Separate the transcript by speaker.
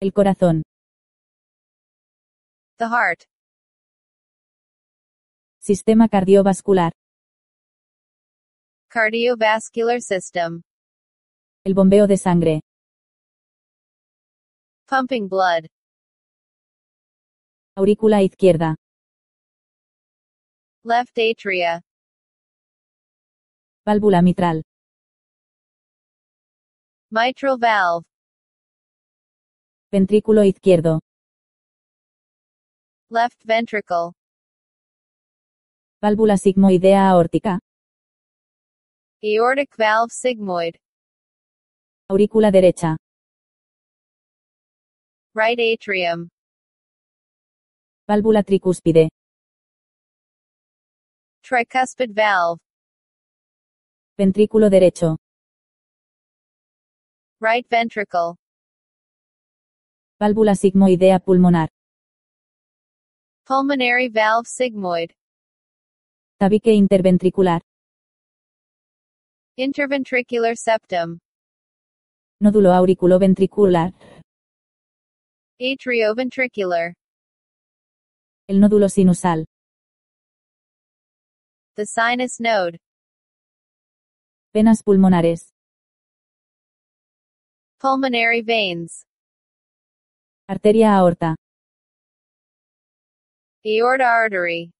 Speaker 1: El corazón.
Speaker 2: the heart,
Speaker 1: Sistema cardiovascular.
Speaker 2: cardiovascular system,
Speaker 1: El bombeo de sangre.
Speaker 2: pumping blood,
Speaker 1: Aurícula izquierda.
Speaker 2: left atria,
Speaker 1: Válvula mitral.
Speaker 2: mitral valve,
Speaker 1: Ventrículo izquierdo.
Speaker 2: left ventricle,
Speaker 1: Válvula sigmoidea aórtica.
Speaker 2: aortic valve sigmoid,
Speaker 1: Aurícula derecha.
Speaker 2: right atrium,
Speaker 1: Válvula tricúspide.
Speaker 2: tricuspid valve,
Speaker 1: Ventrículo derecho.
Speaker 2: right ventricle,
Speaker 1: Válvula sigmoidea pulmonar.
Speaker 2: pulmonary valve sigmoid,
Speaker 1: Tabique interventricular.
Speaker 2: interventricular septum,
Speaker 1: Nódulo auriculoventricular.
Speaker 2: atrioventricular,
Speaker 1: El nódulo sinusal.
Speaker 2: the sinus node,
Speaker 1: Venas pulmonares.
Speaker 2: pulmonary veins,
Speaker 1: Arteria aorta.
Speaker 2: aorta artery,